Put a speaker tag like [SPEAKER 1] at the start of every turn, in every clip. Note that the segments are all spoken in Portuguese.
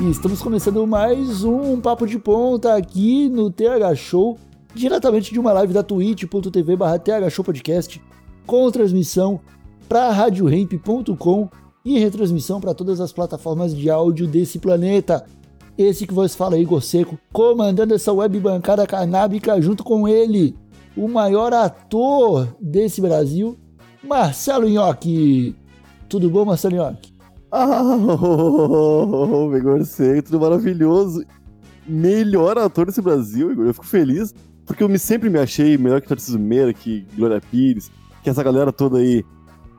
[SPEAKER 1] E estamos começando mais um Papo de Ponta aqui no TH Show, diretamente de uma live da twitch.tv barra TH Show Podcast, com transmissão para radiohemp.com e retransmissão para todas as plataformas de áudio desse planeta. Esse que vos fala, é Igor Seco, comandando essa web bancada canábica junto com ele, o maior ator desse Brasil, Marcelo Nhoque. Tudo bom, Marcelo Nhoque?
[SPEAKER 2] Ah, oh, Igor Seco, tudo maravilhoso. Melhor ator desse Brasil, Igor. Eu fico feliz, porque eu me, sempre me achei melhor que Tarcísio Meira, que Glória Pires, que essa galera toda aí.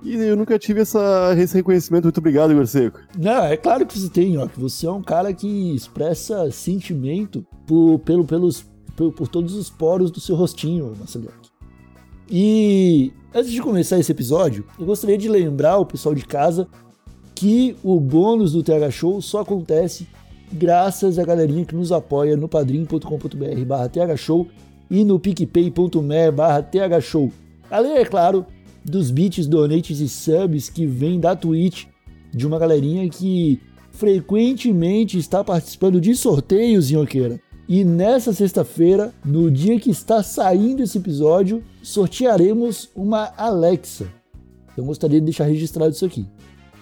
[SPEAKER 2] E eu nunca tive essa, esse reconhecimento. Muito obrigado, Igor Seco.
[SPEAKER 1] Não, é claro que você tem, ó. Que você é um cara que expressa sentimento por, pelo, pelos, por, por todos os poros do seu rostinho, Marcelo. E antes de começar esse episódio, eu gostaria de lembrar o pessoal de casa que o bônus do TH Show só acontece graças à galerinha que nos apoia no padrim.com.br barra thshow e no picpay.me barra thshow. Além, é claro, dos beats, donates e subs que vem da Twitch, de uma galerinha que frequentemente está participando de sorteios, Inhoqueira. E nessa sexta-feira, no dia que está saindo esse episódio, sortearemos uma Alexa. Eu gostaria de deixar registrado isso aqui.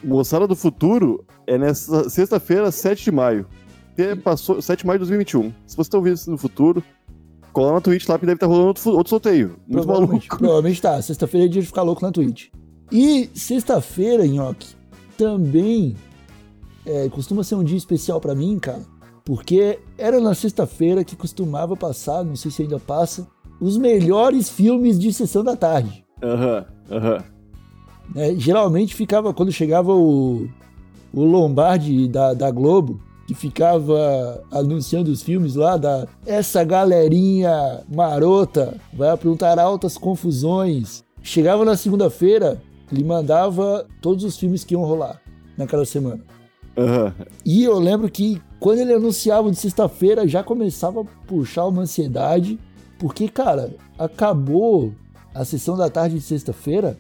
[SPEAKER 2] Moçada do Futuro é nessa sexta-feira, 7 de maio. Até passou 7 de maio de 2021. Se você está ouvindo isso no futuro, cola na Twitch lá que deve estar rolando outro, outro sorteio. Muito
[SPEAKER 1] Provavelmente,
[SPEAKER 2] maluco.
[SPEAKER 1] provavelmente tá. Sexta-feira é dia de ficar louco na Twitch. E sexta-feira, Nhoque, também é, costuma ser um dia especial pra mim, cara. Porque era na sexta-feira que costumava passar, não sei se ainda passa, os melhores filmes de sessão da tarde.
[SPEAKER 2] Aham, aham.
[SPEAKER 1] né? Geralmente ficava, quando chegava o, o Lombardi da, da Globo, que ficava anunciando os filmes lá da essa galerinha marota vai aprontar altas confusões. Chegava na segunda-feira, ele mandava todos os filmes que iam rolar naquela semana.
[SPEAKER 2] Aham.
[SPEAKER 1] E eu lembro que quando ele anunciava de sexta-feira, já começava a puxar uma ansiedade, porque, cara, acabou a sessão da tarde de sexta-feira,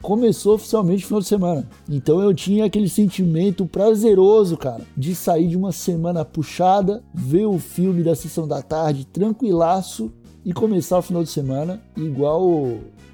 [SPEAKER 1] começou oficialmente o final de semana. Então eu tinha aquele sentimento prazeroso, cara, de sair de uma semana puxada, ver o filme da sessão da tarde tranquilaço e começar o final de semana igual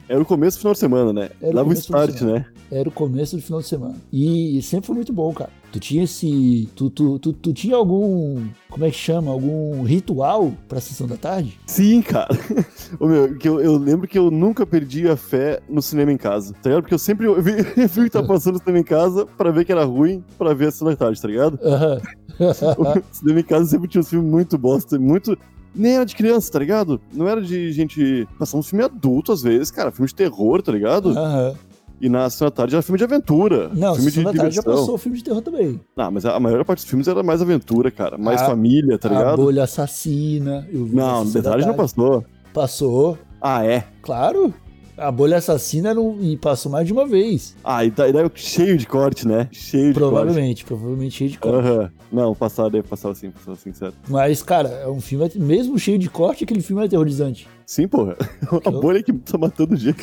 [SPEAKER 2] Era o começo do final de semana, né?
[SPEAKER 1] Era o
[SPEAKER 2] Dava o
[SPEAKER 1] começo do final de
[SPEAKER 2] start, né?
[SPEAKER 1] era o começo do final de semana. E sempre foi muito bom, cara. Tu tinha esse. Tu, tu, tu, tu tinha algum. Como é que chama? Algum ritual pra sessão da tarde?
[SPEAKER 2] Sim, cara. Ô, meu, que eu, eu lembro que eu nunca perdi a fé no cinema em casa, tá ligado? Porque eu sempre eu vi, eu vi que tá passando no cinema em casa pra ver que era ruim, pra ver a sessão da tarde, tá ligado?
[SPEAKER 1] Aham.
[SPEAKER 2] O cinema em casa sempre tinha uns filmes muito bosta, muito. Nem era de criança, tá ligado? Não era de gente. Passava um filme adulto às vezes, cara. Filme de terror, tá ligado?
[SPEAKER 1] Aham.
[SPEAKER 2] E na Sessão da Tarde era filme de aventura.
[SPEAKER 1] Não,
[SPEAKER 2] filme
[SPEAKER 1] sessão
[SPEAKER 2] de
[SPEAKER 1] da tarde já
[SPEAKER 2] diversão.
[SPEAKER 1] passou o filme de terror também.
[SPEAKER 2] Não, mas a maior parte dos filmes era mais aventura, cara. Mais
[SPEAKER 1] A-
[SPEAKER 2] família, tá
[SPEAKER 1] Ah, a
[SPEAKER 2] ligado?
[SPEAKER 1] bolha assassina. Eu vi na
[SPEAKER 2] Não,
[SPEAKER 1] Sessão da
[SPEAKER 2] detalhe não
[SPEAKER 1] Tarde.
[SPEAKER 2] passou.
[SPEAKER 1] Passou,
[SPEAKER 2] Ah, é?
[SPEAKER 1] claro. A bolha assassina não... e passou mais de uma vez.
[SPEAKER 2] Ah, e daí, daí eu- cheio de corte, né? Cheio de corte.
[SPEAKER 1] Provavelmente, provavelmente cheio de corte.
[SPEAKER 2] Aham. Não, passava, daí passava sim, passava sim, sério.
[SPEAKER 1] Mas, cara, é um filme, mesmo cheio de corte, aquele filme é aterrorizante.
[SPEAKER 2] Sim, porra. A bolha que tá matando o dia.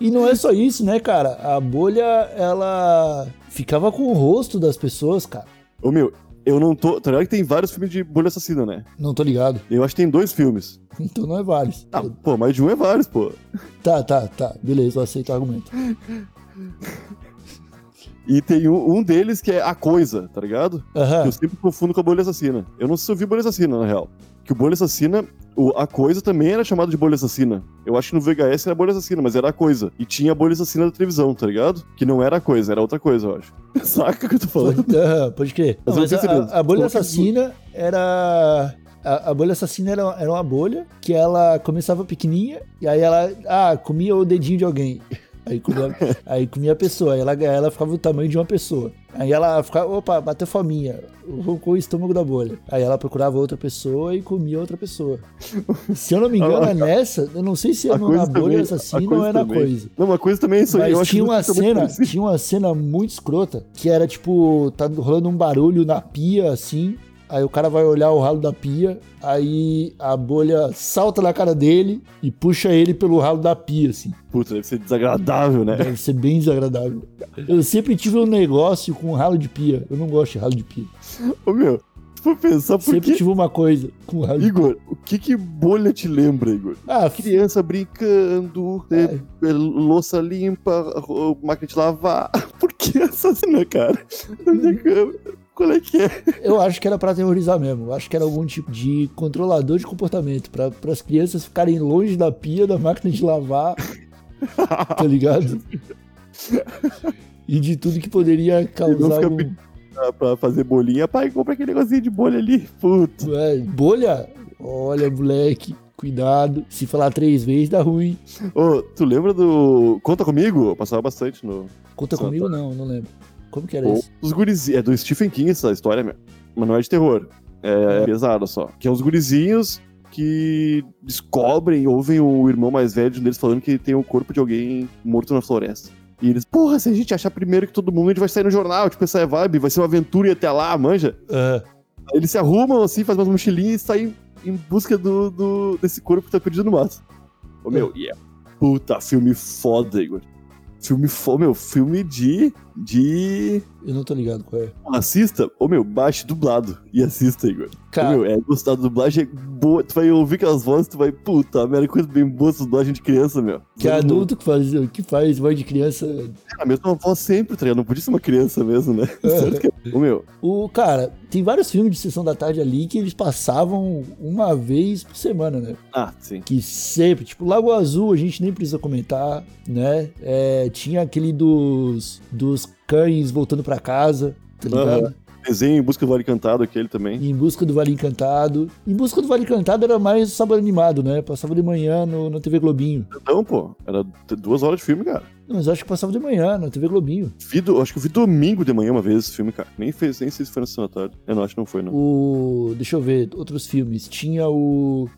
[SPEAKER 1] E não é só isso, né, cara? A bolha, ela ficava com o rosto das pessoas, cara.
[SPEAKER 2] Ô, meu, eu não tô. Tá ligado que tem vários filmes de bolha assassina, né?
[SPEAKER 1] Não tô ligado.
[SPEAKER 2] Eu acho que tem dois filmes.
[SPEAKER 1] Então não é vários.
[SPEAKER 2] Ah, pô, mais de um é vários, pô.
[SPEAKER 1] Tá, tá, tá. Beleza, eu aceito o argumento.
[SPEAKER 2] E tem um, um deles que é A Coisa, tá ligado?
[SPEAKER 1] Aham.
[SPEAKER 2] Eu sempre confundo com a bolha assassina. Eu não sei se eu vi bolha assassina, na real. Que o bolha assassina, o- a coisa também era chamada de bolha assassina. Eu acho que no VHS era bolha assassina, mas era a coisa. E tinha a bolha assassina da televisão, tá ligado? Que não era a coisa, era outra coisa, eu acho. Saca o que eu tô falando?
[SPEAKER 1] Pode, aham, pode crer. Não,
[SPEAKER 2] Mas eu
[SPEAKER 1] mas a,
[SPEAKER 2] tenho certeza.
[SPEAKER 1] a- a bolha
[SPEAKER 2] Coloca tudo.
[SPEAKER 1] assassina era. A, a bolha assassina era, era uma bolha que ela começava pequenininha e aí ela. Ah, comia o dedinho de alguém. Aí comia, aí comia a pessoa, aí ela, ela ficava do tamanho de uma pessoa. Aí ela ficava, opa, bateu fominha, roncou o estômago da bolha. Aí ela procurava outra pessoa e comia outra pessoa. Se eu não me engano, é nessa, eu não sei se
[SPEAKER 2] A
[SPEAKER 1] era na
[SPEAKER 2] coisa também-
[SPEAKER 1] bolha
[SPEAKER 2] a
[SPEAKER 1] assassina ou
[SPEAKER 2] coisa
[SPEAKER 1] era a
[SPEAKER 2] também.
[SPEAKER 1] coisa.
[SPEAKER 2] Não, uma coisa também é isso aí. eu
[SPEAKER 1] Mas
[SPEAKER 2] acho
[SPEAKER 1] tinha
[SPEAKER 2] que
[SPEAKER 1] uma
[SPEAKER 2] isso é muito
[SPEAKER 1] cena,
[SPEAKER 2] parecido.
[SPEAKER 1] tinha uma cena muito escrota, que era tipo, tá rolando um barulho na pia assim, Aí o cara vai olhar o ralo da pia, aí a bolha salta na cara dele e puxa ele pelo ralo da pia, assim.
[SPEAKER 2] Puta, deve ser desagradável, né?
[SPEAKER 1] Deve ser bem desagradável. Eu sempre tive um negócio com ralo de pia. Eu não gosto de ralo de pia.
[SPEAKER 2] Ô, meu, se for pensar, por
[SPEAKER 1] Sempre
[SPEAKER 2] que...
[SPEAKER 1] tive uma coisa com ralo de pia.
[SPEAKER 2] Igor, o que que bolha te lembra, Igor?
[SPEAKER 1] Ah,
[SPEAKER 2] Criança brincando, é, é, louça limpa, ro- máquina de lavar. Por que assassina, cara? Da minha cama. Qual é que é?
[SPEAKER 1] eu acho que era pra aterrorizar mesmo. Eu acho que era algum tipo de controlador de comportamento pra as crianças ficarem longe da pia, da máquina de lavar, tá ligado? E de tudo que poderia causar
[SPEAKER 2] fica
[SPEAKER 1] algum...
[SPEAKER 2] pe- Pra- Pra fazer bolinha, pai, compra aquele negocinho de bolha ali. Puta.
[SPEAKER 1] Ué, é, bolha? Olha, moleque, cuidado. Se falar três vezes, dá ruim.
[SPEAKER 2] Ô, tu lembra do. Conta comigo? Eu passava bastante no.
[SPEAKER 1] Conta
[SPEAKER 2] Só tá.
[SPEAKER 1] comigo, não, não lembro. Como que era
[SPEAKER 2] Ou
[SPEAKER 1] isso?
[SPEAKER 2] Os gurizinhos. É do Stephen King essa história, meu. Mas não é de terror. É, pesado só. Que é uns gurizinhos que descobrem, ouvem o irmão mais velho de um deles falando que tem o corpo de alguém morto na floresta. E eles, porra, se a gente achar primeiro que todo mundo, a gente vai sair no jornal, tipo, essa é vibe, vai ser uma aventura e até lá, manja.
[SPEAKER 1] É,
[SPEAKER 2] Aí eles se arrumam assim, fazem umas mochilinhas e saem em busca do, do- desse corpo que tá perdido no mato. Ô, meu, e é Puta, filme foda, Igor. Filme foda, meu, filme de. de.
[SPEAKER 1] eu não tô ligado qual é.
[SPEAKER 2] Assista, ô meu, baixe dublado e assista, Igor. Ô,
[SPEAKER 1] Cara,
[SPEAKER 2] meu, é gostar da dublagem, é boa. Tu vai ouvir aquelas vozes, tu vai, puta, a merda, coisa bem boa essa dublagem de criança, meu.
[SPEAKER 1] que
[SPEAKER 2] Todo mundo-
[SPEAKER 1] adulto que faz, que faz voz de criança.
[SPEAKER 2] É a mesma voz sempre, tá ligado? Não podia ser uma criança mesmo, né? Certo que- Ô meu,
[SPEAKER 1] O cara, tem vários filmes de sessão da tarde ali que eles passavam uma vez por semana, né?
[SPEAKER 2] ah, sim.
[SPEAKER 1] Que sempre, tipo, Lago Azul a gente nem precisa comentar, né? É, tinha aquele dos, dos cães voltando pra casa, tá ligado?
[SPEAKER 2] Aham. Desenho em busca do Vale Cantado, aquele também.
[SPEAKER 1] Em Busca do Vale Encantado. Em Busca do Vale Encantado era mais sábado animado, né? Passava de manhã no, na TV Globinho.
[SPEAKER 2] Então, pô, era t- duas horas de filme, cara.
[SPEAKER 1] Não, mas eu acho que passava de manhã na TV Globinho.
[SPEAKER 2] Vi do- acho que eu vi domingo de manhã uma vez esse filme, cara. Nem fez, nem sei se foi na sessão da tarde. Eu não acho que não foi, não.
[SPEAKER 1] O. Deixa eu ver, outros filmes. Tinha o.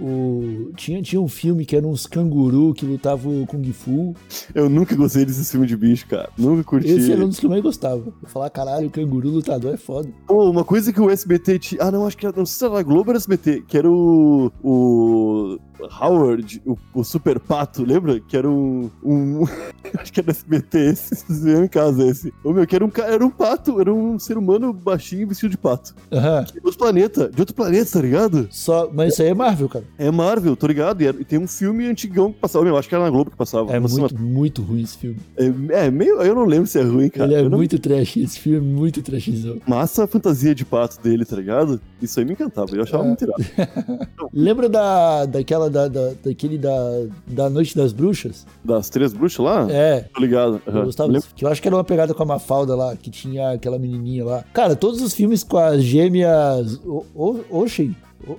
[SPEAKER 1] O. Tinha, tinha um filme que era uns canguru que lutavam o Kung Fu.
[SPEAKER 2] Eu nunca gostei desse filme de bicho, cara. Nunca curti.
[SPEAKER 1] Esse era um dos que eu mais gostava. Eu falava, caralho, canguru lutador é foda.
[SPEAKER 2] Pô, uma coisa que o SBT tinha. Ah, não, acho que era. Não sei se era na Globo ou era SBT, que era o. O. Howard, o, o Super Pato, lembra? Que era um. um acho que era SBT esse, se fizeram em casa esse. Ô meu, que era um, ca- era um pato, era um ser humano baixinho vestido de pato.
[SPEAKER 1] Aham.
[SPEAKER 2] De outro planeta, de outro planeta, tá ligado?
[SPEAKER 1] Só, mas isso aí é Marvel, cara.
[SPEAKER 2] É Marvel, tô ligado? E, era- e tem um filme antigão que passava. Ô, Meu, acho que era na Globo que passava.
[SPEAKER 1] É
[SPEAKER 2] Mas,
[SPEAKER 1] muito, muito ruim esse filme.
[SPEAKER 2] mano, é, é meio. Eu não lembro se é ruim, cara.
[SPEAKER 1] Ele é
[SPEAKER 2] Eu não-
[SPEAKER 1] muito trash, esse filme é muito trashzão.
[SPEAKER 2] Massa a fantasia de pato dele, tá ligado? Isso aí me encantava, eu achava
[SPEAKER 1] É.
[SPEAKER 2] muito irado.
[SPEAKER 1] Lembra da, daquela, da, da- daquele da, da Noite das Bruxas?
[SPEAKER 2] Das três bruxas lá?
[SPEAKER 1] É,
[SPEAKER 2] Tô ligado.
[SPEAKER 1] Eu
[SPEAKER 2] Aham.
[SPEAKER 1] gostava
[SPEAKER 2] Lembra-
[SPEAKER 1] desse- que eu acho que era uma pegada com a Mafalda lá, que tinha aquela menininha lá. Cara, todos os filmes com as gêmeas O- O- Ocean,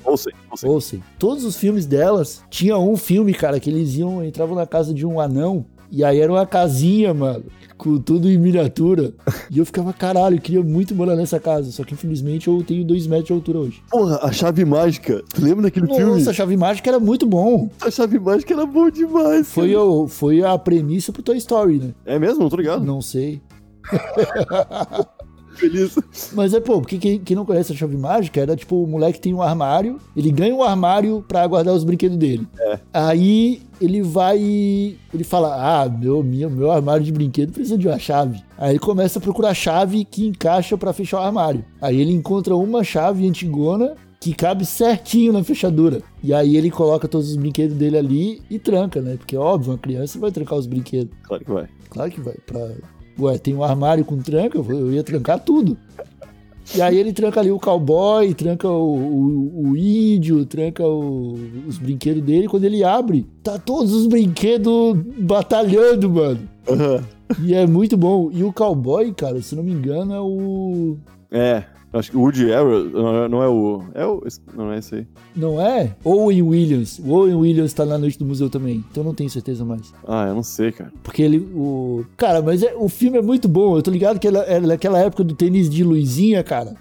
[SPEAKER 2] Ou sei, ou sei.
[SPEAKER 1] Olsen, todos os filmes delas, tinha um filme, cara, que eles iam, entravam na casa de um anão, e aí era uma casinha, mano, com tudo em miniatura. E eu ficava, caralho, eu queria muito morar nessa casa, só que infelizmente eu tenho dois metros de altura hoje.
[SPEAKER 2] Porra, a chave mágica. Tu lembra daquele filme?
[SPEAKER 1] Nossa, a Chave Mágica era muito bom.
[SPEAKER 2] A chave mágica era boa demais.
[SPEAKER 1] Foi,
[SPEAKER 2] cara.
[SPEAKER 1] o, foi a premissa pro Toy Story, né?
[SPEAKER 2] É mesmo? Não tô ligado.
[SPEAKER 1] Não sei.
[SPEAKER 2] Feliz.
[SPEAKER 1] Mas é, pô, porque quem, quem não conhece a chave mágica era tipo, o moleque tem um armário, ele ganha um armário pra guardar os brinquedos dele. Aí ele vai. e- Ele fala: Ah, meu, minha, meu armário de brinquedo precisa de uma chave. Aí ele começa a procurar a chave que encaixa pra fechar o armário. Aí ele encontra uma chave antigona que cabe certinho na fechadura. E aí ele coloca todos os brinquedos dele ali e tranca, né? Porque óbvio, uma criança vai trancar os brinquedos.
[SPEAKER 2] Claro que vai.
[SPEAKER 1] Claro que vai. Pra... Ué, tem um armário com tranca, eu vou- eu ia trancar tudo. E aí ele tranca ali o cowboy, tranca o, o- o índio, tranca o- os brinquedos dele. Quando ele abre, tá todos os brinquedos batalhando, mano.
[SPEAKER 2] Aham.
[SPEAKER 1] E é muito bom. E o cowboy, cara, se não me engano, é o.
[SPEAKER 2] É. Acho que o Woody Arrow não é- não é o. É o. esse- Não é esse aí.
[SPEAKER 1] Não é? Owen Williams. O Owen Williams tá na noite do museu também. Então eu não tenho certeza mais.
[SPEAKER 2] Ah, eu não sei, cara.
[SPEAKER 1] Porque ele. O... Cara, mas é- o filme é muito bom. Eu tô ligado que era, era naquela época do tênis de luzinha, cara.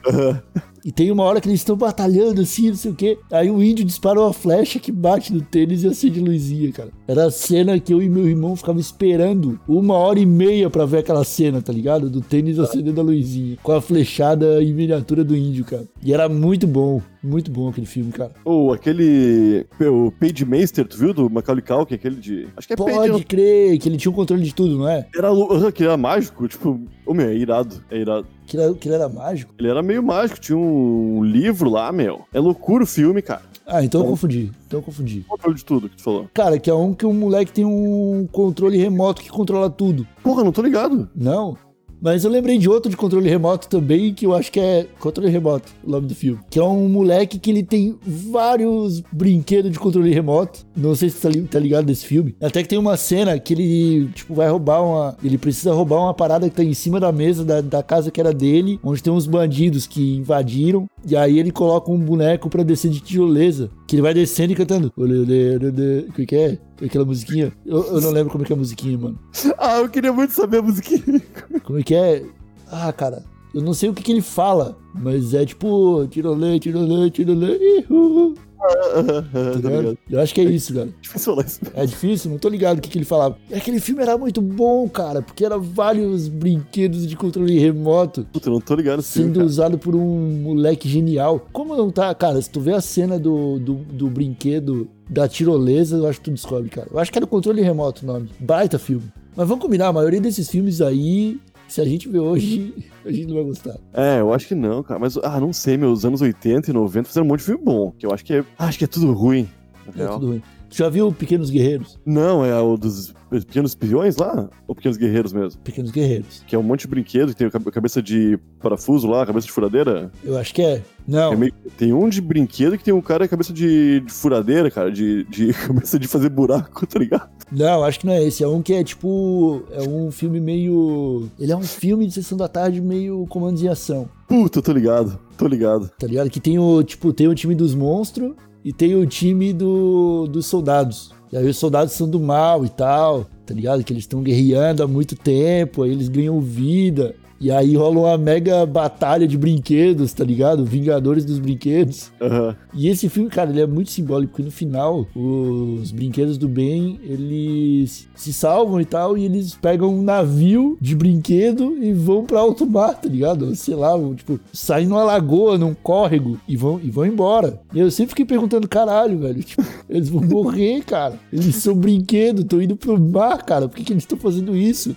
[SPEAKER 1] E tem uma hora que eles estão batalhando assim, não sei o quê. Aí o índio dispara uma flecha que bate no tênis e acende luzinha, cara. Era a cena que eu e meu irmão ficava esperando uma hora e meia pra ver aquela cena, tá ligado? Do tênis acendendo a luzinha. Com a flechada em miniatura do índio, cara. E era muito bom. Muito bom aquele filme, cara.
[SPEAKER 2] Ou aquele. O Page Master, tu viu? Do Macaulay Culkin, aquele de. Acho que é Page.
[SPEAKER 1] Pode crer que ele tinha o controle de tudo, não é?
[SPEAKER 2] Era, lou- aham, que era mágico, tipo, ô meu, é irado, é irado.
[SPEAKER 1] Que ele era, que ele era mágico.
[SPEAKER 2] Ele era meio mágico, tinha um livro lá, meu. É loucura o filme, cara.
[SPEAKER 1] Ah, então eu confundi. Então eu confundi.
[SPEAKER 2] Controle de tudo que tu falou.
[SPEAKER 1] Cara, que é um que o moleque tem um controle remoto que controla tudo.
[SPEAKER 2] Porra, não tô ligado.
[SPEAKER 1] Não. Mas eu lembrei de outro de controle remoto também, que eu acho que é Controle Remoto, o nome do filme. Que é um moleque que ele tem vários brinquedos de controle remoto. Não sei se tá li- tá ligado desse filme. Até que tem uma cena que ele, tipo, vai roubar uma. Ele precisa roubar uma parada que tá em cima da mesa da, da casa que era dele, onde tem uns bandidos que invadiram. E aí ele coloca um boneco pra descer de tirolesa. Que ele vai descendo e cantando. Olê, olê, olê, olê. Como é que é? Aquela musiquinha. Eu, eu não lembro como é que é a musiquinha, mano.
[SPEAKER 2] Ah, eu queria muito saber a musiquinha.
[SPEAKER 1] Como é que é? Ah, cara, eu não sei o que, que ele fala, mas é tipo, tirolê, tirolê, tirolê, ihu, tá
[SPEAKER 2] tá ligado?
[SPEAKER 1] ligado? Eu acho que é isso, cara.
[SPEAKER 2] Difícil falar isso.
[SPEAKER 1] É difícil, não tô ligado o que, que ele falava. E aquele filme era muito bom, cara, porque era vários brinquedos de controle remoto
[SPEAKER 2] Puta, eu não tô ligado nesse filme,
[SPEAKER 1] sendo
[SPEAKER 2] cara.
[SPEAKER 1] usado por um moleque genial. Como não tá, cara, se tu vê a cena do, do, do brinquedo da tirolesa, eu acho que tu descobre, cara. Eu acho que era o controle remoto o nome. Baita filme. Mas vamos combinar, a maioria desses filmes aí, se a gente vê hoje, a gente não vai gostar.
[SPEAKER 2] É, eu acho que não, cara. Mas, ah, não sei, meus anos 80 e 90 fizeram um monte de filme bom. Que eu acho que é. Acho que é tudo ruim. na
[SPEAKER 1] É
[SPEAKER 2] real.
[SPEAKER 1] tudo ruim. Tu já viu Pequenos Guerreiros?
[SPEAKER 2] Não, é o dos Pequenos Peões lá? Ou Pequenos Guerreiros mesmo?
[SPEAKER 1] Pequenos Guerreiros.
[SPEAKER 2] Que é um monte de brinquedo, que tem a cabe- cabeça de parafuso lá, cabeça de furadeira.
[SPEAKER 1] Eu acho que é.
[SPEAKER 2] É
[SPEAKER 1] Não.
[SPEAKER 2] meio- Tem um de brinquedo que tem um cara com cabeça de, de furadeira, cara, de, de cabeça de fazer buraco, tá ligado?
[SPEAKER 1] Não, acho que não é esse. É um que é tipo. É um filme meio. Ele é um filme de sessão da tarde meio comandos em ação.
[SPEAKER 2] Puta, eu tô ligado, tô ligado.
[SPEAKER 1] Tá ligado? Que tem o, tipo, tem o time dos monstros e tem o time do, dos soldados. E aí os soldados são do mal e tal, tá ligado? Que eles estão guerreando há muito tempo, aí eles ganham vida. E aí rola uma mega batalha de brinquedos, tá ligado? Vingadores dos brinquedos.
[SPEAKER 2] Aham.
[SPEAKER 1] E esse filme, cara, ele é muito simbólico, porque no final, os brinquedos do bem, eles se salvam e tal, e eles pegam um navio de brinquedo e vão pra alto mar, tá ligado? Sei lá, vão, tipo, saem numa lagoa, num córrego, e vão, e vão embora. E eu sempre fiquei perguntando, caralho, velho, tipo, eles vão morrer, cara. Eles são brinquedo, estão indo pro mar, cara, por que, que eles estão fazendo isso?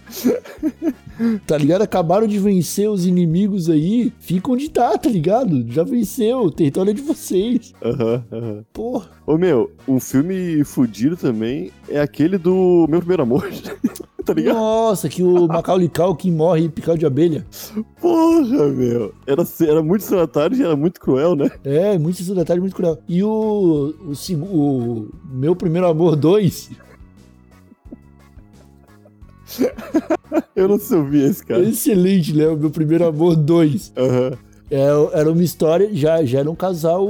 [SPEAKER 1] Tá ligado? Acabaram de vencer os inimigos aí, fica onde tá, tá ligado? Já venceu, o território é de vocês.
[SPEAKER 2] Aham, aham.
[SPEAKER 1] Porra.
[SPEAKER 2] Ô meu, um filme fudido também é aquele do Meu Primeiro Amor. tá ligado?
[SPEAKER 1] Nossa, que o Macaulay Culkin morre picado de abelha.
[SPEAKER 2] Porra, meu. Era, era muito sanatário e era muito cruel, né?
[SPEAKER 1] É, muito isso detalhe, muito cruel. E o, o, segu- o Meu Primeiro Amor 2,
[SPEAKER 2] Eu não sei ouvir esse cara.
[SPEAKER 1] excelente, né? O Meu Primeiro Amor 2.
[SPEAKER 2] Aham.
[SPEAKER 1] É, era uma história, já, já era um casal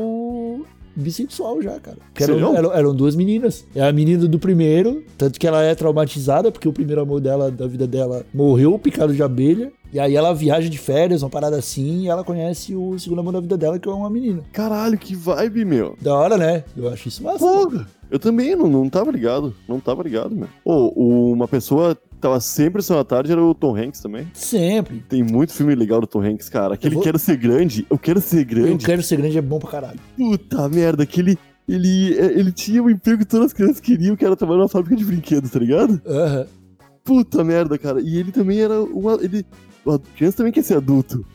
[SPEAKER 1] bissexual já, cara. Porque eram,
[SPEAKER 2] Serião?
[SPEAKER 1] eram, eram duas meninas. É a menina do primeiro, tanto que ela é traumatizada, porque o primeiro amor dela, da vida dela, morreu picado de abelha. E aí ela viaja de férias, uma parada assim, e ela conhece o segundo amor da vida dela, que é uma menina.
[SPEAKER 2] Caralho, que vibe, meu.
[SPEAKER 1] Da hora, né? Eu acho isso massa.
[SPEAKER 2] Porra! Eu também não, não tava ligado. Não tava ligado, meu. Ô, o- uma pessoa que tava sempre sendo à tarde era o Tom Hanks também.
[SPEAKER 1] Sempre.
[SPEAKER 2] Tem muito filme legal do Tom Hanks, cara. Aquele
[SPEAKER 1] Eu vou-
[SPEAKER 2] Quero Ser Grande. Eu Quero Ser
[SPEAKER 1] Eu
[SPEAKER 2] Grande.
[SPEAKER 1] quero ser grande é bom pra caralho.
[SPEAKER 2] Puta merda, aquele... Ele, ele tinha um emprego que todas as crianças queriam, que era trabalhar numa fábrica de brinquedos, tá ligado?
[SPEAKER 1] Aham.
[SPEAKER 2] Puta merda, cara. E ele também era uma... Ele, a criança também quer ser adulto.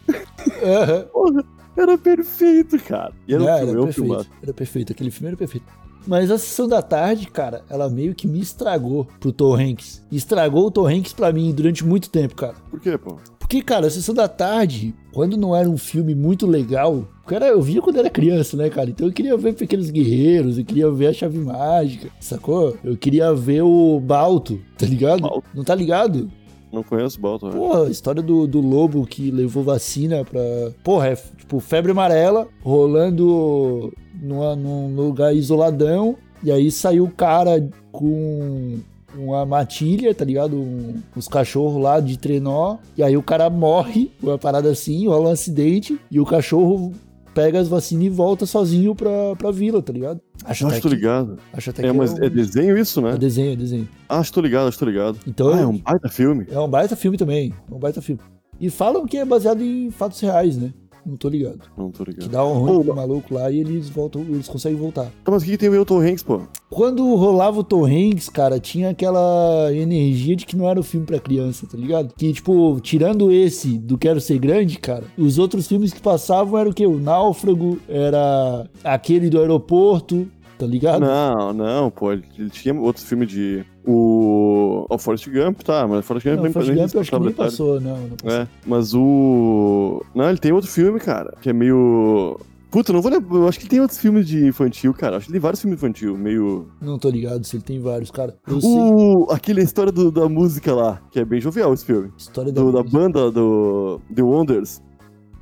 [SPEAKER 1] Aham.
[SPEAKER 2] Porra, era perfeito, cara. E era
[SPEAKER 1] Não,
[SPEAKER 2] um filme,
[SPEAKER 1] É, era
[SPEAKER 2] eu
[SPEAKER 1] perfeito.
[SPEAKER 2] filmado.
[SPEAKER 1] Era perfeito. Aquele filme era perfeito. Mas a sessão da tarde, cara, ela meio que me estragou pro Tom Hanks. Estragou o Tom Hanks pra mim durante muito tempo, cara.
[SPEAKER 2] Por quê, pô?
[SPEAKER 1] Porque, cara, a sessão da tarde, quando não era um filme muito legal, cara, eu via quando era criança, né, cara? Então eu queria ver Pequenos Guerreiros, eu queria ver a Chave Mágica, sacou? Eu queria ver o Balto, tá ligado?
[SPEAKER 2] Balto.
[SPEAKER 1] Não tá ligado?
[SPEAKER 2] Não conheço o Balto, né? velho.
[SPEAKER 1] Porra, a história do, do lobo que levou vacina pra. Porra, é tipo febre amarela rolando numa- num lugar isoladão. E aí saiu o cara com uma matilha, tá ligado? Um- uns cachorros lá de trenó. E aí o cara morre, uma parada assim, rola um acidente. E o cachorro pega as vacinas e volta sozinho pra, pra vila, tá ligado? Acho
[SPEAKER 2] acho que tô
[SPEAKER 1] que-
[SPEAKER 2] ligado.
[SPEAKER 1] Acho até que
[SPEAKER 2] É, mas
[SPEAKER 1] um-
[SPEAKER 2] é desenho isso, né?
[SPEAKER 1] é desenho, é desenho.
[SPEAKER 2] Acho que tô ligado, acho que tô ligado.
[SPEAKER 1] Então
[SPEAKER 2] Ah, é um baita filme.
[SPEAKER 1] é um baita filme também. É um baita filme. E falam que é baseado em fatos reais, né? Não tô ligado.
[SPEAKER 2] Não tô
[SPEAKER 1] Que
[SPEAKER 2] ligado.
[SPEAKER 1] dá um ruim
[SPEAKER 2] Pô,
[SPEAKER 1] pro maluco lá e eles voltam, eles conseguem voltar.
[SPEAKER 2] Tá, mas o que, que tem o Elton Hanks, pô?
[SPEAKER 1] Quando rolava o Tom Hanks, cara, tinha aquela energia de que não era um filme pra criança, tá ligado? Que, tipo, tirando esse do Quero Ser Grande, cara, os outros filmes que passavam eram o quê? O Náufrago, era aquele do aeroporto, tá ligado?
[SPEAKER 2] Não, não, pô. Ele, ele tinha outro filme de. O. O Forrest Gump, tá, mas Forrest Gump
[SPEAKER 1] Não,
[SPEAKER 2] nem,
[SPEAKER 1] o Forrest
[SPEAKER 2] nem
[SPEAKER 1] Gump eu acho que
[SPEAKER 2] passava
[SPEAKER 1] nem
[SPEAKER 2] detalhe.
[SPEAKER 1] passou, não. não passou.
[SPEAKER 2] É, mas o. Não, ele tem outro filme, cara, que é meio. Puta, não vou lembrar. Eu acho que ele tem outros filmes de infantil, cara. Acho que ele tem vários filmes infantil, meio.
[SPEAKER 1] Não tô ligado se ele tem vários, cara. Eu sei.
[SPEAKER 2] O. Aquele a história do- da música lá, que é bem jovial esse filme.
[SPEAKER 1] História da...
[SPEAKER 2] Do- da banda do. The Wonders.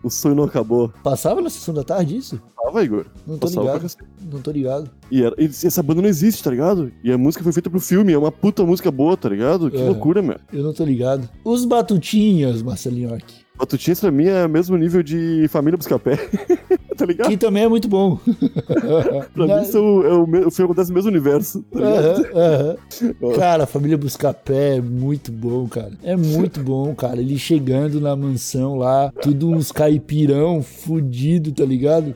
[SPEAKER 2] O sonho não acabou.
[SPEAKER 1] Passava na sessão da tarde isso?
[SPEAKER 2] Tava, Igor.
[SPEAKER 1] Não tô
[SPEAKER 2] Passava pra
[SPEAKER 1] ligado.
[SPEAKER 2] cacete.
[SPEAKER 1] Não tô ligado.
[SPEAKER 2] E, era- e essa banda não existe, tá ligado? E a música foi feita pro filme, é uma puta música boa, tá ligado? Que
[SPEAKER 1] É.
[SPEAKER 2] loucura, meu.
[SPEAKER 1] Eu não tô ligado. Os Batutinhas, Marcelinho aqui.
[SPEAKER 2] Batutinhas pra mim é mesmo nível de Família Buscapé. tá ligado?
[SPEAKER 1] Que também é muito bom.
[SPEAKER 2] Pra
[SPEAKER 1] Na- É.
[SPEAKER 2] mim, são, é o, me- o filme acontece no mesmo universo. tá ligado?
[SPEAKER 1] Aham, aham. Cara, a família Buscapé é muito bom, cara. É muito bom, cara. Ele chegando na mansão lá, tudo uns caipirão fudido, tá ligado?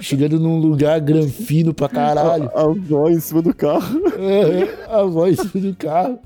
[SPEAKER 1] Chegando num lugar granfino pra caralho.
[SPEAKER 2] A, a avó em cima do carro.
[SPEAKER 1] Aham, A voz do carro.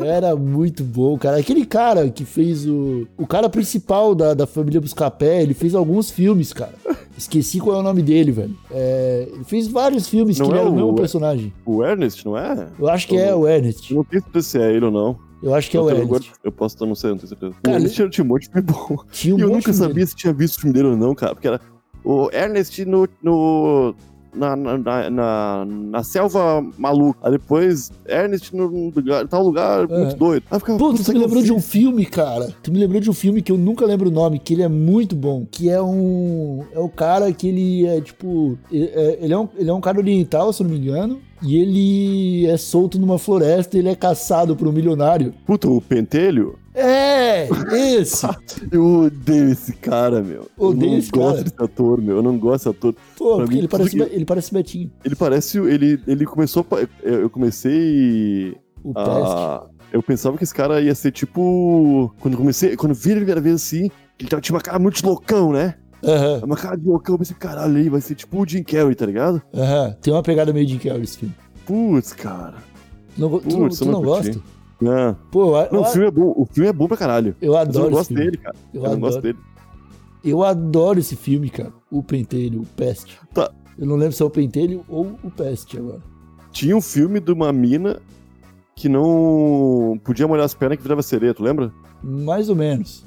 [SPEAKER 1] Era muito bom, cara. Aquele cara que fez o. O cara principal da, da família Buscapé, ele fez alguns filmes, cara. Esqueci qual é o nome dele, velho. É, ele fez vários filmes
[SPEAKER 2] Não
[SPEAKER 1] que ele
[SPEAKER 2] é
[SPEAKER 1] era o
[SPEAKER 2] o-
[SPEAKER 1] mesmo personagem.
[SPEAKER 2] O Ernest, não é?
[SPEAKER 1] Eu acho que é o Ernest.
[SPEAKER 2] Eu não tenho certeza se é ele ou não.
[SPEAKER 1] Eu acho que é
[SPEAKER 2] eu,
[SPEAKER 1] o
[SPEAKER 2] tenho-
[SPEAKER 1] Ernest.
[SPEAKER 2] eu posso estar, não sei, não tenho certeza.
[SPEAKER 1] Cara,
[SPEAKER 2] o Ernest era um monte de filme bom.
[SPEAKER 1] Tinha um
[SPEAKER 2] E eu
[SPEAKER 1] monte
[SPEAKER 2] nunca
[SPEAKER 1] de
[SPEAKER 2] sabia se tinha visto o filme dele ou não, cara. Porque era o Ernest no. no na, na, na, na- na selva maluca. Aí depois, Ernest no lugar, tal lugar
[SPEAKER 1] É.
[SPEAKER 2] muito doido. Aí eu ficava,
[SPEAKER 1] Pô,
[SPEAKER 2] "Puta,
[SPEAKER 1] tu me
[SPEAKER 2] será que eu
[SPEAKER 1] lembrou de um
[SPEAKER 2] fiz?"
[SPEAKER 1] filme, cara. Tu me lembrou de um filme que eu nunca lembro o nome, que ele é muito bom. Que é um. É o cara que ele é tipo. Ele é, ele é um, ele é um cara oriental, se eu não me engano. E ele é solto numa floresta e ele é caçado por um milionário.
[SPEAKER 2] Puta, o Pentelho?
[SPEAKER 1] É! Esse!
[SPEAKER 2] Eu odeio esse cara, meu.
[SPEAKER 1] Odeio
[SPEAKER 2] eu não
[SPEAKER 1] esse
[SPEAKER 2] gosto
[SPEAKER 1] cara.
[SPEAKER 2] desse ator, meu. Eu não gosto desse ator.
[SPEAKER 1] Pô,
[SPEAKER 2] Pra
[SPEAKER 1] porque
[SPEAKER 2] mim,
[SPEAKER 1] ele parece,
[SPEAKER 2] tudo que-
[SPEAKER 1] ele parece Betinho.
[SPEAKER 2] Ele parece. Ele, ele começou. a pa- Eu eu comecei
[SPEAKER 1] O Pest.
[SPEAKER 2] Ah, eu pensava que esse cara ia ser tipo. Quando comecei. Quando vi ele a primeira vez assim, ele tava- tinha uma cara muito de loucão, né?
[SPEAKER 1] Aham,
[SPEAKER 2] Uma cara de loucão, eu pensei, caralho, aí vai ser tipo o Jim Carrey, tá ligado?
[SPEAKER 1] aham. Tem uma pegada meio de Carrey esse filme.
[SPEAKER 2] Putz, cara.
[SPEAKER 1] Tu não, go- tu-
[SPEAKER 2] Putz,
[SPEAKER 1] tu
[SPEAKER 2] eu
[SPEAKER 1] não
[SPEAKER 2] não curti.
[SPEAKER 1] gosta?
[SPEAKER 2] Não,
[SPEAKER 1] Pô, eu,
[SPEAKER 2] não o filme é bom. O filme é bom pra caralho.
[SPEAKER 1] eu
[SPEAKER 2] Mas eu
[SPEAKER 1] adoro
[SPEAKER 2] não
[SPEAKER 1] esse
[SPEAKER 2] gosto
[SPEAKER 1] filme.
[SPEAKER 2] dele, cara. Eu, não
[SPEAKER 1] adoro.
[SPEAKER 2] gosto dele.
[SPEAKER 1] Eu adoro esse filme, cara. O Pentelho, o Peste.
[SPEAKER 2] Tá.
[SPEAKER 1] Eu não lembro se é o Pentelho ou o Peste agora.
[SPEAKER 2] Tinha um filme de uma mina que não podia molhar as pernas que virava sereia, tu lembra?
[SPEAKER 1] Mais ou menos.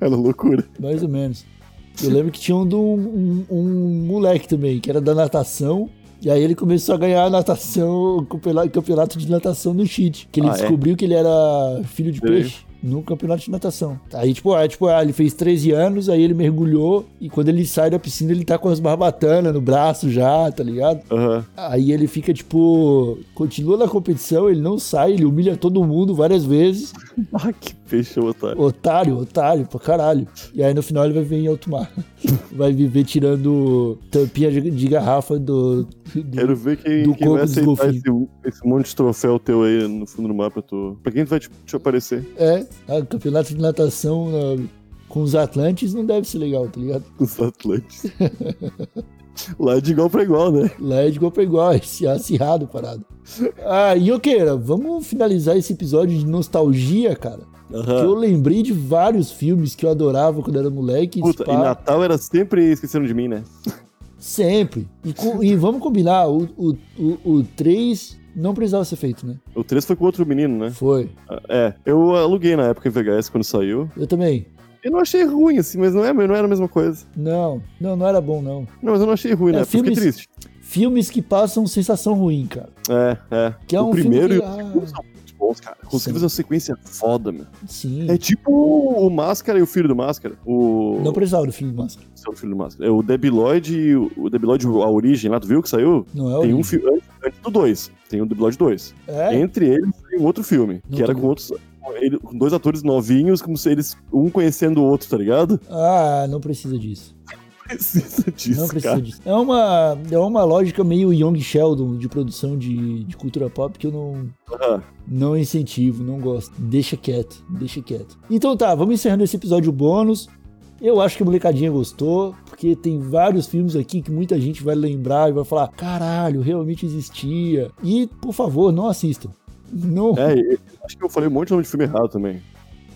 [SPEAKER 2] Era loucura.
[SPEAKER 1] Mais ou menos. Eu lembro que tinha um, de um, um- um moleque também, que era da natação. E aí ele começou a ganhar natação, campeonato- campeonato de natação no cheat. Que ele
[SPEAKER 2] Ah, é?
[SPEAKER 1] descobriu que ele era filho de
[SPEAKER 2] Peraí.
[SPEAKER 1] peixe no campeonato de natação. Aí, tipo, ah, tipo, ah, ele fez 13 anos, aí ele mergulhou. E quando ele sai da piscina, ele tá com as barbatanas no braço já, tá ligado?
[SPEAKER 2] Aham.
[SPEAKER 1] Aí ele fica, tipo, continua na competição, ele não sai, ele humilha todo mundo várias vezes.
[SPEAKER 2] Ah, que peixe otário.
[SPEAKER 1] Otário, otário, pra caralho. E aí no final ele vai viver em alto mar. Vai viver tirando tampinha de, de garrafa do. do-
[SPEAKER 2] Quero ver
[SPEAKER 1] Hum.
[SPEAKER 2] quem,
[SPEAKER 1] Do
[SPEAKER 2] quem vai
[SPEAKER 1] corpo dos
[SPEAKER 2] aceitar esse,
[SPEAKER 1] golfinhos.
[SPEAKER 2] esse monte de troféu teu aí no fundo do mapa. Tu... Pra quem vai te, te aparecer?
[SPEAKER 1] É, ah, campeonato de natação ah, com os Atlantes não deve ser legal, tá ligado?
[SPEAKER 2] Os Atlantes. Lá de igual pra igual, né?
[SPEAKER 1] Lá é de igual pra igual, é se- acirrado a parada. Ah, Yoqueira, vamos finalizar esse episódio de nostalgia, cara.
[SPEAKER 2] Ah.
[SPEAKER 1] Que eu lembrei de vários filmes que eu adorava quando era moleque.
[SPEAKER 2] Puta,
[SPEAKER 1] pá.
[SPEAKER 2] e Natal era sempre esquecendo de mim, né?
[SPEAKER 1] Sempre. E, co- e vamos combinar, o, o, o, o 3 não precisava ser feito, né?
[SPEAKER 2] O 3 foi com outro menino, né?
[SPEAKER 1] Foi.
[SPEAKER 2] É, eu aluguei na época em VHS quando saiu.
[SPEAKER 1] Eu também.
[SPEAKER 2] Eu não achei ruim, assim, mas não, é, não era a mesma coisa.
[SPEAKER 1] Não, não, não era bom, não.
[SPEAKER 2] Não, mas eu não achei ruim,
[SPEAKER 1] É,
[SPEAKER 2] né? Fiquei
[SPEAKER 1] filmes-
[SPEAKER 2] triste.
[SPEAKER 1] Filmes que passam sensação ruim, cara.
[SPEAKER 2] É, é.
[SPEAKER 1] Que é
[SPEAKER 2] o
[SPEAKER 1] um
[SPEAKER 2] primeiro
[SPEAKER 1] filme
[SPEAKER 2] e
[SPEAKER 1] que-
[SPEAKER 2] o
[SPEAKER 1] ah.
[SPEAKER 2] segundo são muito bons, cara.
[SPEAKER 1] Sim.
[SPEAKER 2] Conseguiu fazer uma sequência foda, meu.
[SPEAKER 1] Sim.
[SPEAKER 2] É tipo o Máscara e o filho do Máscara. O.
[SPEAKER 1] Não precisava do filme máscara.
[SPEAKER 2] Seu filho do Máscara. É o Debiloid e o o Debiloid, a origem lá, tu viu que saiu?
[SPEAKER 1] Não é o
[SPEAKER 2] Tem um
[SPEAKER 1] livro.
[SPEAKER 2] filme antes, antes do 2. Tem o Debiloid 2.
[SPEAKER 1] É?
[SPEAKER 2] Entre eles tem um outro filme,
[SPEAKER 1] Não
[SPEAKER 2] que era
[SPEAKER 1] tô
[SPEAKER 2] com outros. ele- com dois atores novinhos, como se eles. um conhecendo o outro, tá ligado?
[SPEAKER 1] Ah, não precisa disso.
[SPEAKER 2] Precisa disso,
[SPEAKER 1] não precisa
[SPEAKER 2] cara.
[SPEAKER 1] disso. É uma, é uma lógica meio Young Sheldon de produção de, de cultura pop que eu não,
[SPEAKER 2] Ah,
[SPEAKER 1] não incentivo, não gosto. Deixa quieto, deixa quieto. Então tá, vamos encerrando esse episódio bônus. Eu acho que a molecadinha gostou, porque tem vários filmes aqui que muita gente vai lembrar e vai falar: caralho, realmente existia. E, por favor, não assistam. Não.
[SPEAKER 2] É, e- acho que eu falei um monte de nome de filme errado também.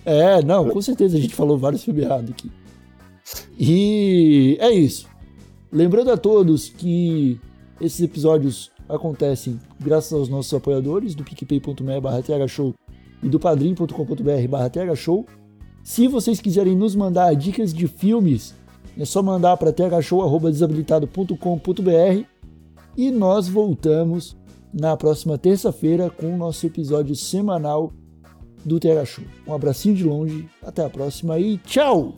[SPEAKER 1] É, não, com certeza a gente falou vários filmes errados aqui. E é isso. Lembrando a todos que esses episódios acontecem graças aos nossos apoiadores do picpay.me barra thshow e do padrim.com.br barra thshow. Se vocês quiserem nos mandar dicas de filmes, é só mandar para thshow.desabilitado.com.br e nós voltamos na próxima terça-feira com o nosso episódio semanal do TH Show. Um abracinho de longe, até a próxima e tchau!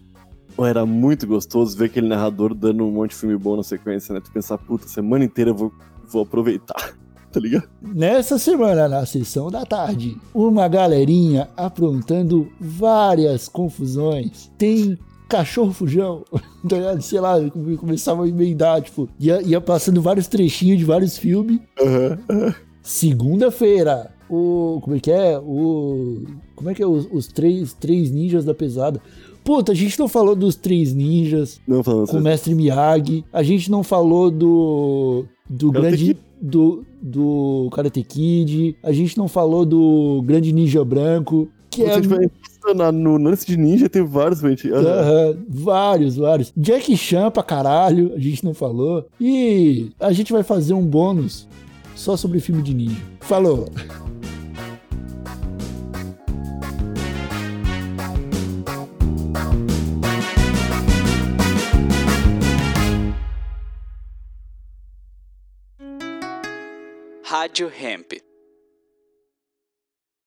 [SPEAKER 2] Pô, Era muito gostoso ver aquele narrador dando um monte de filme bom na sequência, né? Tu pensar, puta, semana inteira eu vou, vou aproveitar, tá ligado?
[SPEAKER 1] Nessa semana, na sessão da tarde, uma galerinha aprontando várias confusões. Tem cachorro fujão, tá ligado? sei lá, come- começava a emendar, tipo, ia, ia passando vários trechinhos de vários filmes. Segunda-feira, o. Como é que é? O. Como é que é? Os, os três, três ninjas da pesada. Puta, a gente não falou dos três ninjas.
[SPEAKER 2] Não falando
[SPEAKER 1] com o
[SPEAKER 2] sério.
[SPEAKER 1] mestre Miyagi. A gente não falou do do
[SPEAKER 2] Karate
[SPEAKER 1] grande do do Karate Kid. A gente não falou do grande ninja branco, que é
[SPEAKER 2] Você tiver visto na- no lance de ninja, tem vários, gente. Aham.
[SPEAKER 1] Aham, vários, vários. Jack Chan pra caralho, a gente não falou. E a gente vai fazer um bônus só sobre filme de ninja. Falou.
[SPEAKER 3] Rádio Hemp.